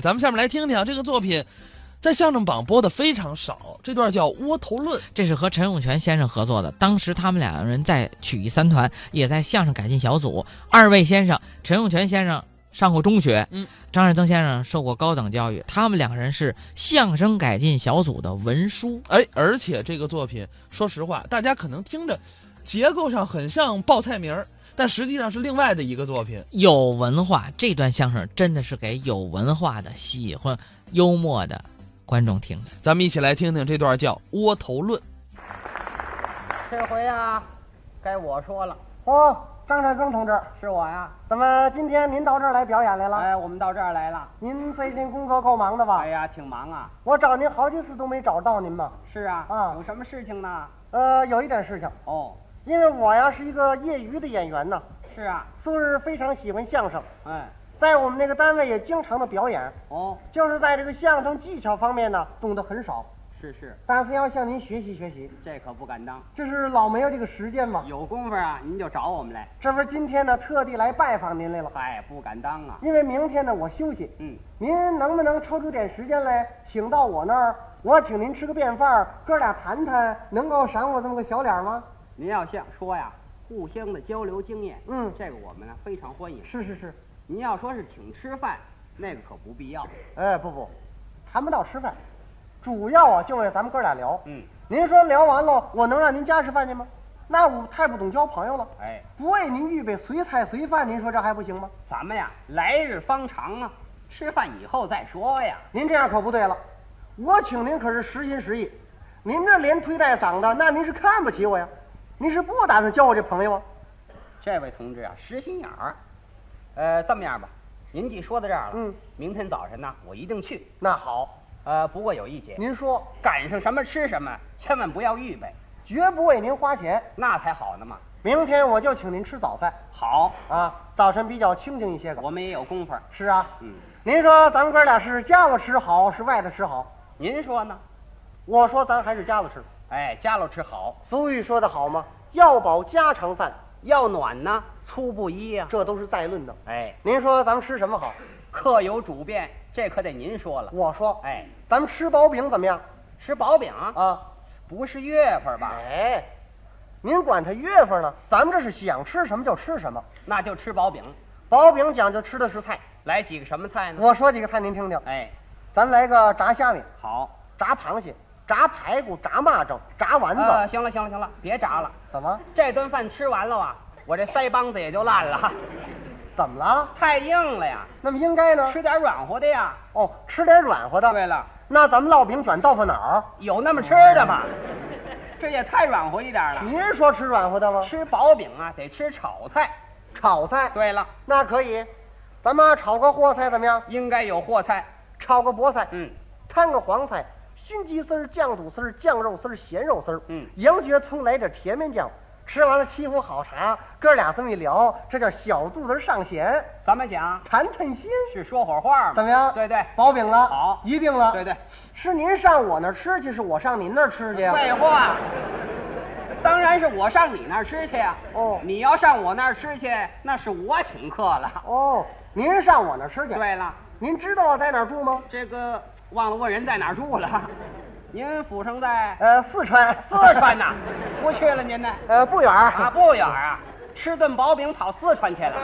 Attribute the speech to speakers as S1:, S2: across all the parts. S1: 咱们下面来听听啊这个作品，在相声榜播的非常少，这段叫《窝头论》。
S2: 这是和陈永泉先生合作的。当时他们两人在曲艺三团，也在相声改进小组。二位先生，陈永泉先生上过中学，
S1: 嗯，
S2: 张世增先生受过高等教育。他们两个人是相声改进小组的文书。
S1: 哎，而且这个作品，说实话，大家可能听着结构上很像报菜名儿，但实际上是另外的一个作品。
S2: 有文化，这段相声真的是给有文化的、喜欢幽默的观众听的。
S1: 咱们一起来听听这段叫《窝头论》。
S3: 这回呀、该我说了。
S4: 哦，张善增同志，
S3: 是我呀，
S4: 怎么今天您到这儿来表演来了？
S3: 哎，我们到这儿来了。
S4: 您最近工作够忙的吧？
S3: 哎呀，挺忙啊。
S4: 我找您好几次都没找到您嘛。
S3: 是啊，
S4: 啊
S3: 有什么事情呢？
S4: 呃，有一点事情，
S3: 哦，
S4: 因为我呀是一个业余的演员呢，
S3: 是啊，
S4: 素日非常喜欢相声，
S3: 哎，
S4: 在我们那个单位也经常的表演，
S3: 哦，
S4: 就是在这个相声技巧方面呢懂得很少，
S3: 是是，
S4: 打算要向您学习学习。
S3: 这可不敢当。
S4: 这是老没有这个时间嘛，
S3: 有功夫啊，您就找我们来。
S4: 这不是今天呢特地来拜访您来了，
S3: 嗨，不敢当啊。
S4: 因为明天呢我休息，
S3: 嗯，
S4: 您能不能抽出点时间来，请到我那儿，我请您吃个便饭儿，哥俩谈谈，能够赏我这么个小脸儿吗？
S3: 您要想说呀，互相的交流经验，
S4: 嗯
S3: 这个我们呢非常欢迎。
S4: 是是是，
S3: 您要说是请吃饭，那个可不必要。
S4: 哎，不不，谈不到吃饭，主要啊就是咱们哥俩聊。
S3: 嗯，
S4: 您说聊完了，我能让您家吃饭去吗？那我太不懂交朋友了。
S3: 哎，
S4: 不为您预备随菜随饭，您说这还不行吗？
S3: 咱们呀，来日方长啊，吃饭以后再说呀。
S4: 您这样可不对了，我请您可是实心实意，您这连推带搡的，那您是看不起我呀？您是不打算交我这朋友啊？
S3: 这位同志啊，实心眼儿。呃，这么样吧，您既说到这儿了，
S4: 嗯，
S3: 明天早晨呢，我一定去。
S4: 那好，
S3: 呃，不过有一节，
S4: 您说。
S3: 赶上什么吃什么，千万不要预备，
S4: 绝不为您花钱。
S3: 那才好呢嘛。
S4: 明天我就请您吃早饭
S3: 好，
S4: 啊，早晨比较清静一些个。
S3: 我们也有功夫儿。
S4: 是啊，
S3: 嗯，
S4: 您说咱们哥俩是家里吃好，是外头吃好？
S3: 您说呢？
S4: 我说咱还是家里吃。
S3: 哎，家里吃好，
S4: 俗语说得好嘛，要饱家常饭，
S3: 要暖呢，粗布衣呀、
S4: 这都是带论的。
S3: 哎，
S4: 您说咱们吃什么好？
S3: 客有主便，这可得您说了。
S4: 我说，
S3: 哎，
S4: 咱们吃薄饼怎么样？
S3: 吃薄饼，
S4: 啊，
S3: 不是月份吧？
S4: 哎，您管它月份呢，咱们这是想吃什么就吃什么。
S3: 那就吃薄饼。
S4: 薄饼讲究吃的是菜，
S3: 来几个什么菜呢？
S4: 我说几个菜您听听。
S3: 哎，
S4: 咱们来个炸虾米，
S3: 好。
S4: 炸螃蟹、炸排骨、炸蚂蚱、炸丸子，
S3: 啊，行了行了行了，别炸了，
S4: 怎么
S3: 这顿饭吃完了啊，我这腮帮子也就烂了，
S4: 怎么了？
S3: 太硬了呀，
S4: 那么应该呢？
S3: 吃点软和的呀。
S4: 哦，吃点软和的。
S3: 对，了，啊
S4: 那咱们烙饼卷豆腐脑儿，
S3: 有那么吃的吗？这也太软和一点了。
S4: 您说吃软和的吗？
S3: 吃薄饼啊，得吃炒菜。
S4: 炒菜，
S3: 对了，
S4: 那可以。咱们炒个和菜怎么样？
S3: 应该有和菜，
S4: 炒个菠菜，
S3: 嗯，
S4: 摊个黄菜，熏鸡丝儿、酱肚丝儿、酱肉丝儿、咸肉丝儿，
S3: 嗯
S4: 羊角葱来点甜面酱。吃完了沏壶好茶，哥俩这么一聊，这叫小肚子上弦，
S3: 咱们讲
S4: 谈谈心。
S3: 是说会儿话嘛。
S4: 怎么样？
S3: 嗯对对，
S4: 薄饼了，
S3: 好
S4: 一定了。
S3: 对对，
S4: 是您上我那儿吃去，是我上您那儿吃去啊呀？
S3: 废话。当然是我上你那儿吃去呀、
S4: 哦
S3: 你要上我那儿吃去，那是我请客了。
S4: 哦，您上我那儿吃去。，
S3: 对了。
S4: 您知道我在哪儿住吗？
S3: 这个忘了问人在哪儿住了。您府城在
S4: 呃， 四川，
S3: 四川 呐，不去了您呢？
S4: 呃，不远儿
S3: 啊，。不远啊，吃顿薄饼跑四川去了，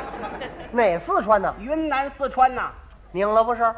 S4: 哪四川呢？
S3: 云南四川呐。
S4: 拧了不是？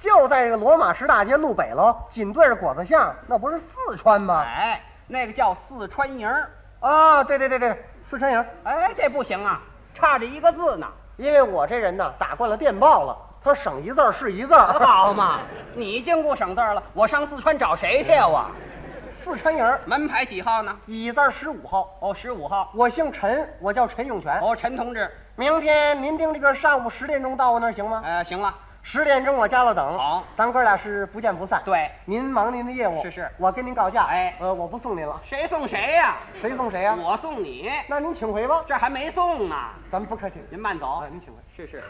S4: 就在这个罗马市大街路北喽，紧对着果子巷，那不是四川吗？
S3: 哎，那个叫四川营儿。
S4: 啊，对对对对，四川营。
S3: 哎，这不行啊，差着一个字呢。
S4: 因为我这人呢，打惯了电报了，他省一字儿是一字儿。
S3: 好嘛，你净不省字儿了，我上四川找谁去呀、我
S4: 四川营，
S3: 门牌几号呢？
S4: 乙字十五号。
S3: 哦，十五号。
S4: 我姓陈，我叫陈永泉。
S3: 哦，陈同志，
S4: 明天您定这个上午十点钟到我那儿行吗？
S3: 呃，行了，
S4: 十点钟我家了等。
S3: 好
S4: 咱哥俩是不见不散。
S3: 对
S4: 您忙您的业务。
S3: 是是
S4: 我跟您告假。
S3: 哎
S4: 呃，我不送您了，
S3: 谁送谁呀、
S4: 谁送谁呀、
S3: 我送你，
S4: 那您请回吧，
S3: 这还没送呢。
S4: 咱们不客气。
S3: 您慢走。
S4: 啊，您请回，
S3: 是是，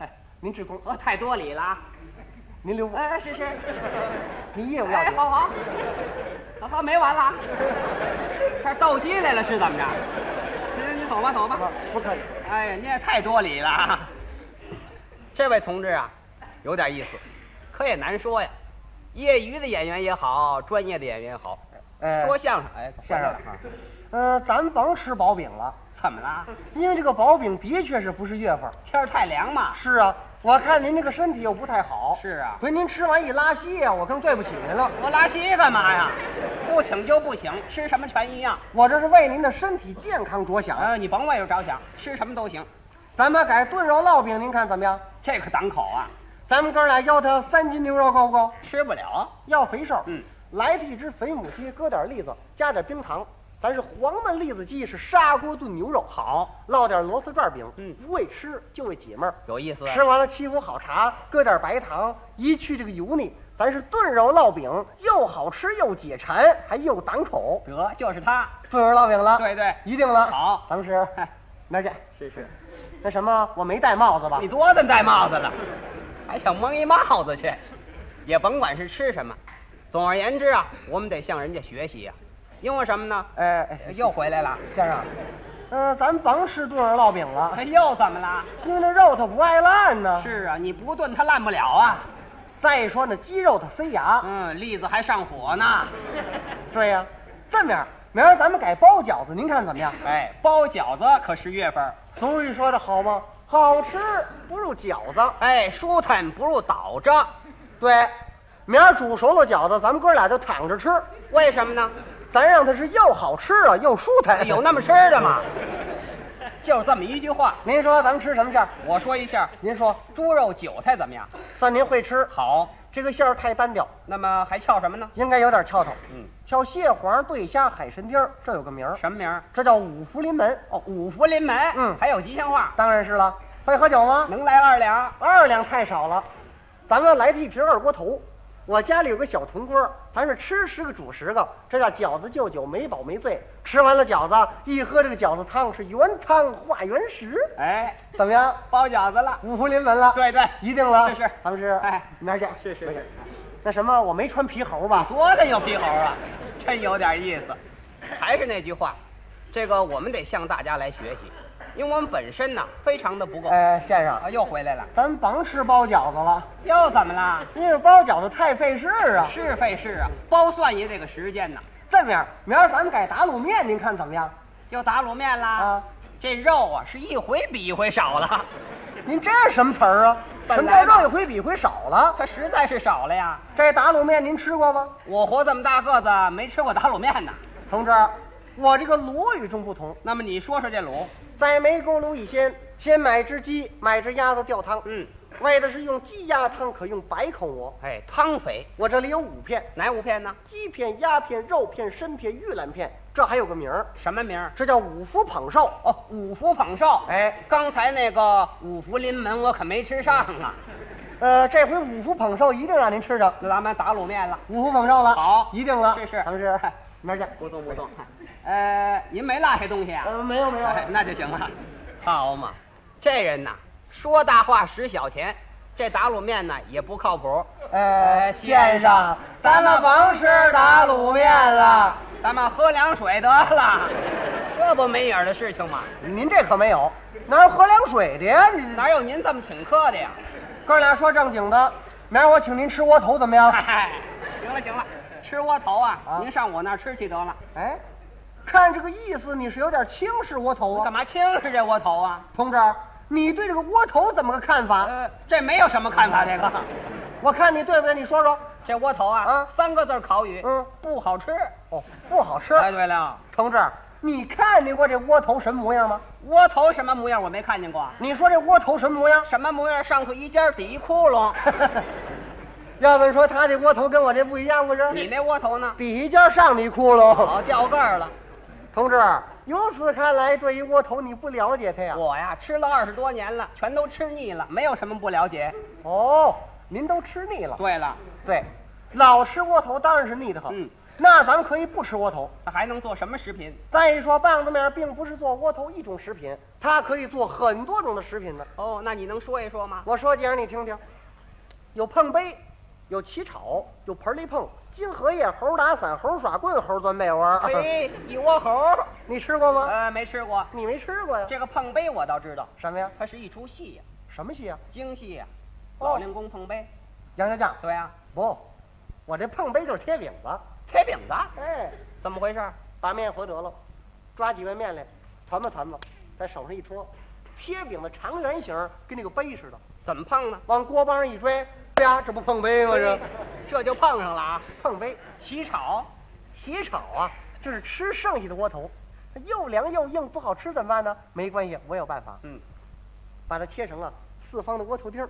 S3: 哎，
S4: 您鞠躬，
S3: 我太多礼了啊！
S4: 您留步，
S3: 哎，是是，
S4: 您业务要
S3: 哎，
S4: 紧。
S3: 好好，好好，没完了啊，这斗鸡来了是怎么着？行，你走吧，走吧。
S4: 不不客气。
S3: 哎呀，你也太多礼了啊。这位同志啊，有点意思，可也难说呀。业余的演员也好，专业的演员也好，
S4: 哎，
S3: 说相声，哎，
S4: 先生
S3: 了哈，，
S4: 呃，咱甭吃薄饼了，
S3: 怎么了？
S4: 因为这个薄饼的确是不是月份儿。
S3: 天儿太凉嘛。
S4: 是啊，我看您这个身体又不太好。
S3: 是啊
S4: 回您吃完一拉稀呀、我更对不起您了。
S3: 我拉稀干嘛呀？不请就不请，吃什么全一样。
S4: 我这是为您的身体健康着想，
S3: 啊，你甭为我着想，吃什么都行。
S4: 咱们改炖肉烙饼，您看怎么样？
S3: 这可档口啊，
S4: 咱们哥俩要它三斤牛肉够不够？
S3: 吃不了啊。
S4: 要肥瘦，
S3: 嗯，
S4: 来几只肥母鸡，搁点栗子，加点冰糖。咱是黄焖栗子鸡，是砂锅炖牛肉，好烙点螺丝转饼，
S3: 嗯
S4: 不为吃就为解闷儿。
S3: 有意思啊。
S4: 吃完了沏壶好茶，搁点白糖，一去这个油腻。咱是炖肉烙饼，又好吃又解馋，还又挡口。
S3: 得就是它。
S4: 炖肉烙饼了，
S3: 对对
S4: 一定了。
S3: 好
S4: 咱们是明儿见。
S3: 是是，
S4: 那什么，我没戴帽子吧
S3: 你？多大戴帽子了，还想蒙一帽子去？也甭管是吃什么，总而言之啊，我们得向人家学习呀、啊因为什么呢？
S4: 哎，哎
S3: 又回来了，
S4: 先生，嗯、咱甭吃炖肉烙饼了，
S3: 哎又怎么了？
S4: 因为那肉它不爱烂呢。
S3: 是啊，你不炖它烂不了啊。
S4: 再说那鸡肉它塞牙，
S3: 嗯，栗子还上火呢。
S4: 对呀、这么样，明儿咱们改包饺子，您看怎么样？
S3: 哎，包饺子可十月份儿，
S4: 俗语说的好吗？好吃不入饺子。
S3: 哎，舒坦不入倒着，
S4: 对，明儿煮熟了饺子，咱们哥俩就躺着吃，
S3: 为什么呢？哎
S4: 咱让它是又好吃啊又舒坦。
S3: 有那么吃的吗？ 就这么一句话，
S4: 您说咱们吃什么馅儿？
S3: 我说一下，
S4: 您说，
S3: 猪肉韭菜怎么样？
S4: 算您会吃。
S3: 好，
S4: 这个馅儿太单调，
S3: 那么还翘什么呢？
S4: 应该有点翘头。
S3: 嗯，
S4: 叫蟹黄对虾海参丁儿，这有个名儿，
S3: 什么名儿？
S4: 这叫五福临门。
S3: 哦，五福临门。
S4: 嗯
S3: 还有吉祥话，
S4: 当然是了，会喝酒吗？
S3: 能来二两。
S4: 二两太少了，咱们来一只二锅头。我家里有个小铜锅，咱是吃十个煮十个，这叫饺子就酒，没饱没醉。吃完了饺子，一喝这个饺子汤是原汤化原食，
S3: 哎，
S4: 怎么样？
S3: 包饺子了。
S4: 五福临门了，
S3: 对对
S4: 一定了。
S3: 是是
S4: 咱们是，
S3: 哎
S4: 明儿见。
S3: 是是
S4: 明儿见
S3: 是
S4: 那什么，我没穿皮猴吧？
S3: 多大有皮猴啊， 真有点意思。还是那句话，这个我们得向大家来学习，因为我们本身呢非常的不够。
S4: 哎，先生，
S3: 啊，又回来了，
S4: 咱甭吃包饺子了，
S3: 又怎么了？
S4: 因为包饺子太费事儿啊。
S3: 是费事啊，包蒜也得个时间呢。
S4: 这么样，明儿咱们改打卤面，您看怎么样？
S3: 又打卤面啦，
S4: 啊
S3: 这肉啊是一回比一回少了，
S4: 您这是什么词儿啊？什
S3: 本
S4: 么
S3: 来
S4: 叫
S3: 嘛
S4: 肉一回比一回少了？
S3: 它实在是少了呀。
S4: 这打卤面您吃过吗？
S3: 我活这么大个子没吃过打卤面呢。
S4: 同志，我这个卤与众不同，
S3: 那么你说说这卤，
S4: 在煤沟卤以前，先买只鸡，买只鸭子吊汤。
S3: 嗯，
S4: 为的是用鸡鸭汤，可用百口蘑。
S3: 哎，汤肥
S4: 我这里有五片：
S3: 哪五片呢？
S4: 鸡片、鸭片、肉片、参片、玉兰片，这还有个名儿，
S3: 什么名儿？
S4: 这叫五福捧寿。
S3: 哦，五福捧寿。
S4: 哎，
S3: 刚才那个五福临门我可没吃上啊。
S4: 呃，这回五福捧寿一定让您吃上
S3: 那咱们打卤面了，
S4: 五福捧寿了。
S3: 好
S4: 一定了。
S3: 是是
S4: 咱们是，明儿见。
S3: 不错不错。呃，您没落下东西啊？
S4: 呃，没有没有。
S3: 哎那就行
S4: 嗯
S3: 了。好嘛，这人呐，说大话使小钱，这打卤面呢也不靠谱。
S4: 呃，
S3: 先生咱们
S4: 甭吃打卤面了。
S3: 咱们喝凉水得了，这不没影儿的事情吗？
S4: 您这可没有，哪有喝凉水的呀？你
S3: 哪有您这么请客的 呀？
S4: 哥俩说正经的，明儿我请您吃窝头怎么样？
S3: 嗨，行了行了，吃窝头啊，
S4: 啊
S3: 您上我那儿吃去得了。
S4: 哎，看这个意思，你是有点轻视窝头
S3: 干
S4: 啊，
S3: 嘛轻视这窝头啊？
S4: 同志，你对这个窝头怎么个看法？
S3: 呃，这没有什么看法，这个
S4: 我看你对不对？你说说。
S3: 这窝头啊，
S4: 啊
S3: 三个字儿口语，
S4: 嗯
S3: 不好吃。
S4: 哦，不好吃。
S3: 哎，对了，
S4: 同志，你看见过这窝头什么模样吗？
S3: 窝头什么模样我没看见过，
S4: 你说这窝头什么模样？
S3: 什么模样上头一尖儿底一窟窿。
S4: 要这么说，他这窝头跟我这不一样，不是？
S3: 你那窝头呢？
S4: 比一尖上你窟窿。
S3: 好掉个儿了。
S4: 同志，由此看来，对于窝头你不了解他呀？
S3: 我呀，吃了二十多年了，全都吃腻了，没有什么不了解。
S4: 哦，您都吃腻了。
S3: 对了，
S4: 对，老吃窝头当然是腻得很。
S3: 嗯，
S4: 那咱们可以不吃窝头。
S3: 那还能做什么食品？
S4: 再一说，棒子面并不是做窝头一种食品，它可以做很多种的食品呢。
S3: 哦，那你能说一说吗？
S4: 我说几样你听听，有碰杯，有起炒，有盆里碰，金荷叶、猴打伞、猴耍棍、猴钻被窝。
S3: 嘿，一窝猴，
S4: 你吃过吗？
S3: 呃，没吃过。
S4: 你没吃过呀？
S3: 这个碰杯我倒知道，
S4: 什么呀？
S3: 它是一出戏呀、
S4: 什么戏呀？啊
S3: 京戏呀、老令公碰杯。
S4: 杨家将，
S3: 对啊，
S4: 不，我这碰杯就是贴饼子。
S3: 贴饼子，
S4: 哎，
S3: 怎么回事？
S4: 把面和得了，抓几碗面来，团吧团吧，在手上一托，贴饼的长圆形儿跟那个杯似的，
S3: 怎么碰呢？
S4: 往锅帮上一拽，啪，这不碰杯吗？这
S3: 这就碰上了啊！
S4: 碰杯，
S3: 起炒，
S4: 起炒啊，就是吃剩下的窝头，它又凉又硬，不好吃怎么办呢？没关系，我有办法，
S3: 嗯，
S4: 把它切成啊四方的窝头丁儿，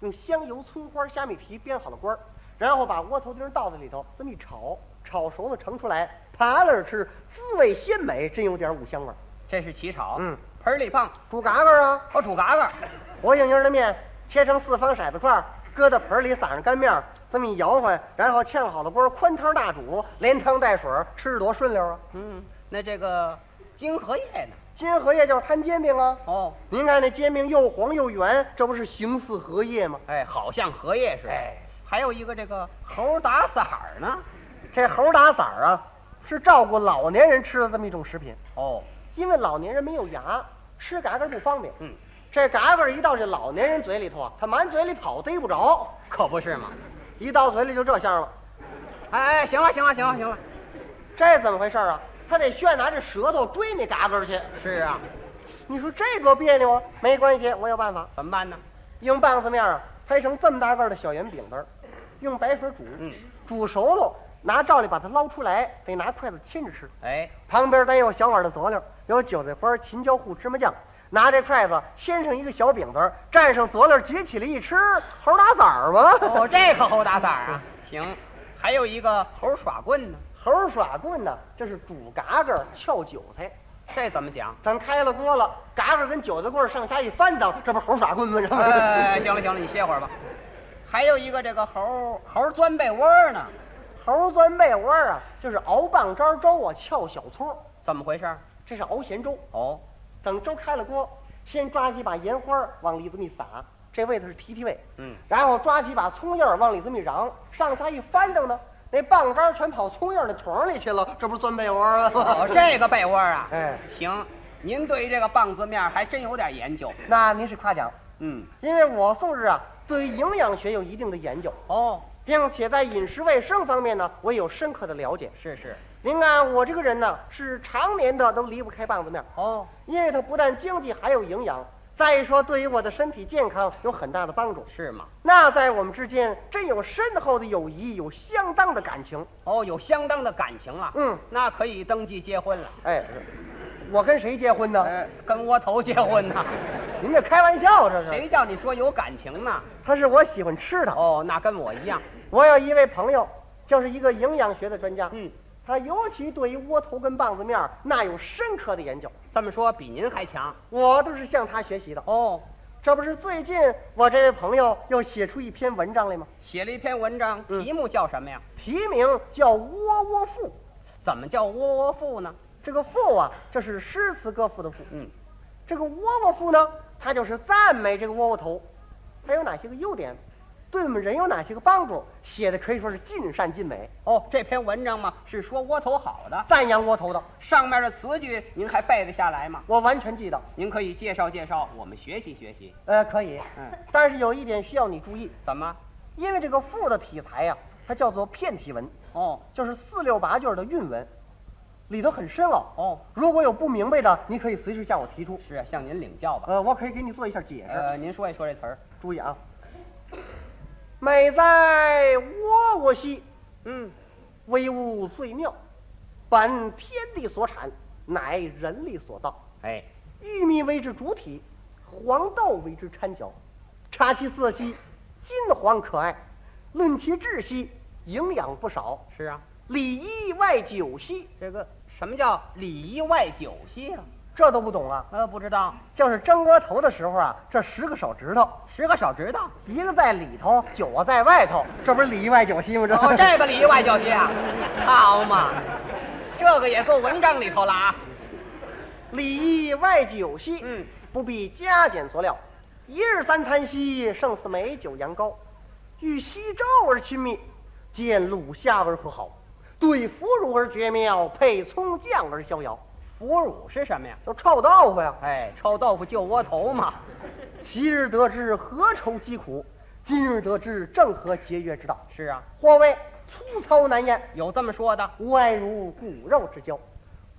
S4: 用香油、葱花、虾米皮煸好了锅儿，然后把窝头丁儿倒在里头，这么一炒，炒熟了盛出来，扒拉着吃，滋味鲜美，真有点五香味儿。
S3: 这是起炒。
S4: 嗯，
S3: 盆里碰，
S4: 煮嘎嘎啊，
S3: 哦，煮嘎嘎，
S4: 薄硬硬的面切成四方骰子块儿，搁到盆里撒上干面儿，这么一摇晃，然后炝好了锅儿，宽汤大煮，连汤带水儿，吃着多顺溜啊！
S3: 嗯，那这个金荷叶呢？
S4: 金荷叶就是摊煎饼啊，
S3: 哦，
S4: 您看那煎饼又黄又圆，这不是形似荷叶吗？
S3: 哎，好像荷叶似的。
S4: 哎，
S3: 还有一个这个猴打色儿呢。
S4: 这猴打色儿啊，是照顾老年人吃的这么一种食品，
S3: 哦，
S4: 因为老年人没有牙，吃嘎嘎不方便。
S3: 嗯，
S4: 这嘎嘎一到这老年人嘴里头啊，他满嘴里跑，逮不着，
S3: 可不是嘛。
S4: 一到嘴里就这香了。
S3: 哎哎，行了行了行了行了，
S4: 这怎么回事儿啊？他得炫拿这舌头追那嘎嘎去。
S3: 是啊，
S4: 你说这多别扭啊？没关系，我有办法。
S3: 怎么办呢？
S4: 用棒子面啊拍成这么大个儿的小圆饼子儿，用白水煮，
S3: 嗯
S4: 煮熟了拿笊篱把它捞出来，得拿筷子牵着吃。
S3: 哎，
S4: 旁边咱有小碗的佐料，有韭菜花、秦椒糊、芝麻酱。拿这筷子牵上一个小饼子儿，蘸上佐料，举起来一吃，猴打色儿吗？
S3: 哦，这可猴打色儿 啊。行，还有一个猴耍棍呢，
S4: 猴耍棍呢，这是煮嘎嘎儿撬韭菜。
S3: 这怎么讲？
S4: 咱开了锅了，嘎嘎跟韭菜棍儿上下一翻腾，这不猴耍棍吗？这不是
S3: 哎，行了行了，你歇会儿吧。还有一个这个猴猴钻被窝儿呢，
S4: 猴钻被窝儿啊，就是熬棒渣粥啊，翘小葱，
S3: 怎么回事？
S4: 这是熬咸粥。
S3: 哦，
S4: 等粥开了锅，先抓几把盐花儿往里这么一撒，这味道是提提味。
S3: 嗯，
S4: 然后抓几把葱叶儿往里这么一瓤，上下一翻腾呢，那棒渣儿全跑葱叶儿的桶里去了，这不是钻被窝儿了吗？
S3: 哦，这个被窝儿啊，
S4: 哎，
S3: 行，您对于这个棒子面儿还真有点研究。
S4: 那您是夸奖，
S3: 嗯，
S4: 因为我素质啊，对于营养学有一定的研究。
S3: 哦，
S4: 并且在饮食卫生方面呢，我也有深刻的了解。
S3: 是是，
S4: 您看我这个人呢，是常年的都离不开棒子面儿，
S3: 哦，
S4: 因为它不但经济，还有营养。再说，对于我的身体健康有很大的帮助。
S3: 是吗？
S4: 那在我们之间真有深厚的友谊，有相当的感情。
S3: 哦，有相当的感情了。
S4: 嗯，
S3: 那可以登记结婚了。
S4: 哎，我跟谁结婚呢？
S3: 呃，跟窝头结婚呢？
S4: 您这开玩笑这是？
S3: 谁叫你说有感情呢？
S4: 他是我喜欢吃的。
S3: 哦，那跟我一样。
S4: 我有一位朋友，就是一个营养学的专家，
S3: 嗯，
S4: 他尤其对于窝头跟棒子面儿那有深刻的研究。
S3: 这么说比您还强。
S4: 我都是向他学习的。
S3: 哦，
S4: 这不是最近我这位朋友又写出一篇文章来吗？
S3: 写了一篇文章，
S4: 嗯
S3: 题目叫什么呀？
S4: 题名叫《窝窝赋》。
S3: 怎么叫窝窝赋呢？
S4: 这个“赋”啊，就是诗词歌赋的“赋”。
S3: 嗯，
S4: 这个“窝窝赋”呢，它就是赞美这个窝窝头，它有哪些个优点，对我们人有哪些个帮助，写的可以说是尽善尽美，
S3: 哦，这篇文章嘛是说窝头好的，
S4: 赞扬窝头的，
S3: 上面的词句您还背得下来吗？
S4: 我完全记得。
S3: 您可以介绍介绍，我们学习学习。
S4: 呃，可以。
S3: 嗯，
S4: 但是有一点需要你注意，
S3: 怎么？
S4: 因为这个“赋”的题材呀、它叫做片体文，
S3: 哦
S4: 就是四六八句儿的韵文，里头很深奥。
S3: 哦，
S4: 如果有不明白的，你可以随时向我提出，
S3: 是啊，向您领教吧。
S4: 呃，我可以给你做一下解释。
S3: 呃，您说一说这词儿。
S4: 注意啊，美哉窝窝兮，
S3: 嗯，
S4: 微物最妙，本天地所产，乃人力所造。
S3: 哎，
S4: 玉米为之主体，黄豆为之掺嚼，察其色兮，金黄可爱；论其质兮，营养不少。
S3: 是啊，
S4: 里衣外酒兮，
S3: 这个什么叫里衣外酒兮啊？
S4: 这都不懂啊？
S3: 呃，不知道，
S4: 就是蒸窝头的时候啊，这十个手指头，
S3: 十个手指头。
S4: 一个在里头，九啊在外头，这不是里外九西吗？这、
S3: 哦， 这个里外叫戏啊，好嘛，这个也做文章里头了啊。
S4: 里外九西，
S3: 嗯，
S4: 不必加减佐料，一日三餐兮，胜似美酒羊羔。与西周而亲密，见鲁虾而和好，对腐乳而绝妙，配葱酱而逍遥。
S3: 腐乳是什么呀？
S4: 都臭豆腐呀！
S3: 哎，臭豆腐就窝头嘛。
S4: 昔日得知何愁饥苦，今日得知正合节约之道，
S3: 是啊，
S4: 或谓粗糙难咽，
S3: 有这么说的。
S4: 吾爱如骨肉之交，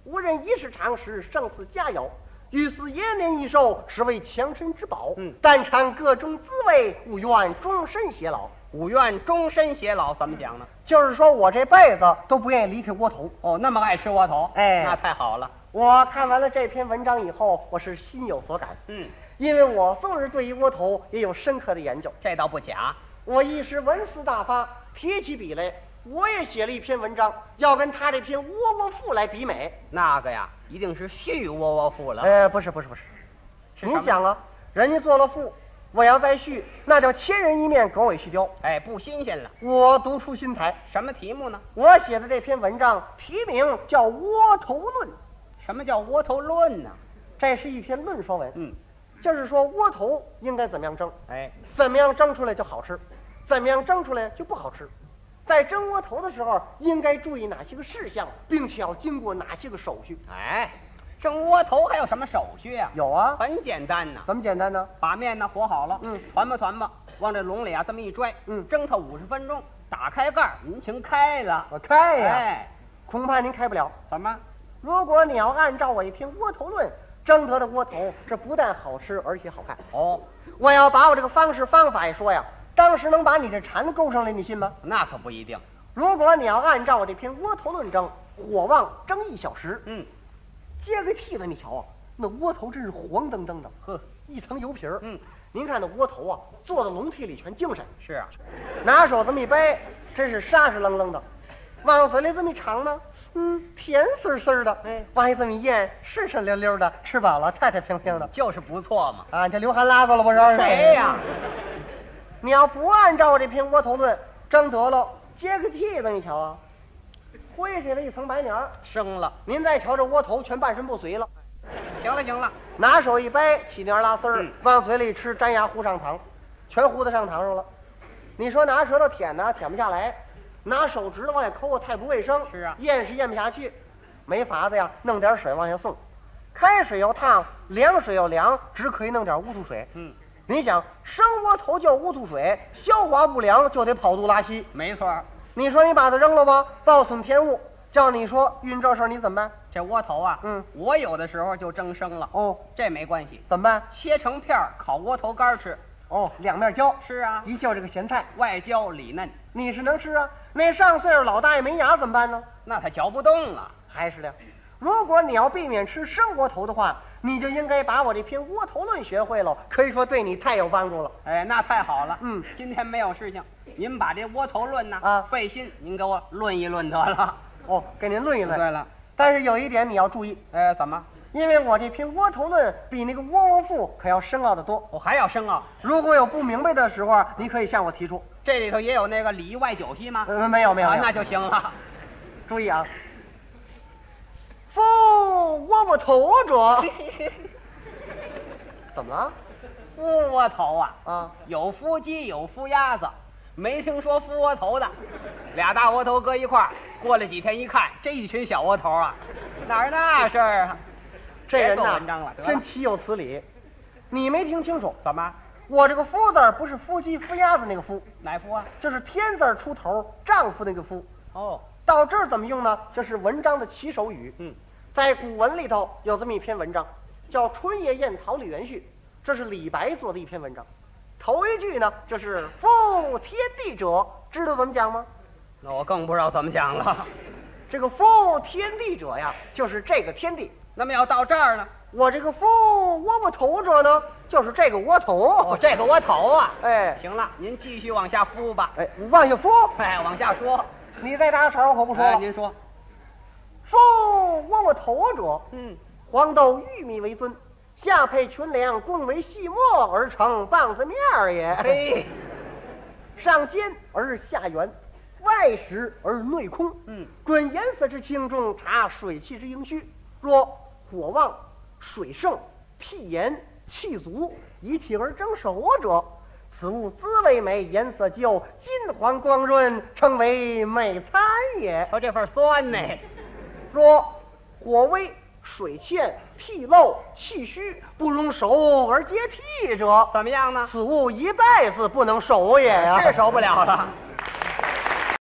S4: 吾人一世常食，胜似佳肴。欲似延年益寿，实为强身之宝。
S3: 嗯
S4: 但尝各种滋味，勿愿终身偕老。
S3: 五愿终身偕老怎么讲呢？
S4: 就是说我这辈子都不愿意离开窝头。
S3: 哦，那么爱吃窝头，
S4: 哎
S3: 那太好了。
S4: 我看完了这篇文章以后，我是心有所感，
S3: 嗯，
S4: 因为我素日对于窝头也有深刻的研究。
S3: 这倒不假。
S4: 我一时文思大发，提起笔来，我也写了一篇文章，要跟他这篇《窝窝赋》来比美。
S3: 那个呀，一定是续窝窝赋了。
S4: 呃，不是，不是，不是，
S3: 是什么
S4: 你想啊，人家做了赋，我要再续，那叫千人一面，狗尾续貂。
S3: 哎，不新鲜了。
S4: 我独出心裁，
S3: 什么题目呢？
S4: 我写的这篇文章题名叫《窝头论》，
S3: 什么叫窝头论呢？
S4: 这是一篇论说文。
S3: 嗯，
S4: 就是说窝头应该怎么样蒸，
S3: 哎，
S4: 怎么样蒸出来就好吃，怎么样蒸出来就不好吃。在蒸窝头的时候，应该注意哪些个事项，并且要经过哪些个手续？
S3: 哎，蒸窝头还有什么手续呀、
S4: 有啊，
S3: 很简单呐、
S4: 怎么简单呢？
S3: 把面呢和好了，
S4: 嗯
S3: 团吧团吧，往这笼里啊这么一拽，
S4: 嗯
S3: 蒸它五十分钟，打开盖儿，您请开了。
S4: 我哦开呀、
S3: 哎，
S4: 恐怕您开不了。
S3: 怎么？
S4: 如果你要按照我一篇窝头论蒸得的窝头，这不但好吃，而且好看。
S3: 哦，
S4: 我要把我这个方式方法一说呀，当时能把你这馋勾上来，你信吗？
S3: 那可不一定。
S4: 如果你要按照我这篇窝头论蒸，火旺蒸一小时，
S3: 嗯，
S4: 接个屉子，你瞧啊，那窝头真是黄澄澄的，
S3: 呵，
S4: 一层油皮儿。
S3: 嗯，
S4: 您看那窝头啊，坐到笼屉里全精神，
S3: 是啊，
S4: 拿手这么一掰，真是沙沙楞楞的。往嘴里这么一尝呢，嗯，甜丝丝的。
S3: 哎
S4: 往下这么一咽，顺顺溜溜的，吃饱了，太太平平的。
S3: 就是不错嘛。
S4: 啊，你这刘涵拉走了不是？
S3: 嗯谁呀？
S4: 你要不按照我这篇窝头论蒸得了，接个屉子，你瞧啊，灰起来一层白黏儿。
S3: 生了。
S4: 您再瞧这窝头，全半身不遂了。
S3: 行了行了，
S4: 拿手一掰，起泥儿拉丝儿，
S3: 嗯
S4: 往嘴里吃，粘牙糊上膛，全糊到上膛上了。你说拿舌头舔呢，舔不下来；拿手指头往下抠啊，太不卫生。
S3: 是啊
S4: 咽是咽不下去，没法子呀，弄点水往下送，开水要烫，凉水要凉，只可以弄点乌吐水。
S3: 嗯，
S4: 你想，生窝头叫乌吐水，消化不良就得跑肚拉稀。
S3: 没错儿，
S4: 你说你把它扔了吧，暴损天物。叫你说遇这事儿你怎么办？
S3: 这窝头啊，
S4: 嗯
S3: 我有的时候就蒸生了，
S4: 哦，
S3: 这没关系，
S4: 怎么办？
S3: 切成片儿烤窝头干儿吃。
S4: 哦，两面浇。
S3: 是啊，
S4: 一就这个咸菜，
S3: 外焦里嫩，
S4: 你是能吃啊？那上岁数老大爷没牙怎么办呢？
S3: 那它嚼不动了。
S4: 还是的，如果你要避免吃生窝头的话，你就应该把我这篇窝头论学会了，可以说对你太有帮助了。
S3: 哎，那太好了。
S4: 嗯
S3: 今天没有事情，您把这窝头论呢，
S4: 啊
S3: 费心，您给我论一论得了。
S4: 哦，给您论一论。
S3: 对了，
S4: 但是有一点你要注意，
S3: 呃，怎么？
S4: 因为我这篇窝头论比那个窝窝赋可要深奥得多。
S3: 我还要深奥？
S4: 如果有不明白的时候，你可以向我提出。
S3: 这里头也有那个里外九析吗？
S4: 呃，没有没有，
S3: 啊，
S4: 没有
S3: 那就行 了。
S4: 注意啊。夫窝窝头 者，怎么了？
S3: 夫窝头啊，
S4: 啊，
S3: 有夫鸡，有夫鸭子，没听说夫窝头的。俩大窝头搁一块儿，过了几天一看，这一群小窝头啊，哪儿那事儿啊？
S4: 这人
S3: 别做
S4: 呐
S3: 文章了，得，了
S4: 真岂有此理！你没听清楚，
S3: 怎么？
S4: 我这个“夫”字儿不是夫妻、夫鸭子那个“夫
S3: 哪夫啊？”，
S4: 就是天字儿出头，丈夫那个“夫
S3: 哦，”。
S4: 到这儿怎么用呢？这是文章的起手语。
S3: 嗯，
S4: 在古文里头有这么一篇文章，叫《春夜宴桃李园序》，这是李白做的一篇文章。头一句呢，就是“夫天地者”，知道怎么讲吗？
S3: 那我更不知道怎么讲了。
S4: 这个“夫天地者”呀，就是这个天地。
S3: 那么要到这儿呢？
S4: 我这个“夫窝窝头者”呢，就是这个窝头。
S3: 哦，这个窝头啊，
S4: 哎
S3: 行了，您继续往下敷吧。
S4: 哎，往下夫，
S3: 哎，往下说，
S4: 你再打岔，我可不说
S3: 哎
S4: 了。
S3: 您说，
S4: 夫窝窝头者，
S3: 嗯，
S4: 黄豆玉米为尊，下配群粮，共为细末而成棒子面儿也。
S3: 嘿，
S4: 上尖而下圆，外实而内空。
S3: 嗯，
S4: 滚颜色之清重，察水气之盈虚。若火旺，水盛，气炎，气足，以气而蒸熟者，此物滋味美，颜色就金黄光润，称为美餐也。
S3: 瞧这份酸呢，
S4: 若火微水沁、涕漏、气虚，不容手而接涕者。
S3: 怎么样呢？
S4: 此物一辈子不能熟也呀、啊
S3: 是受不了了。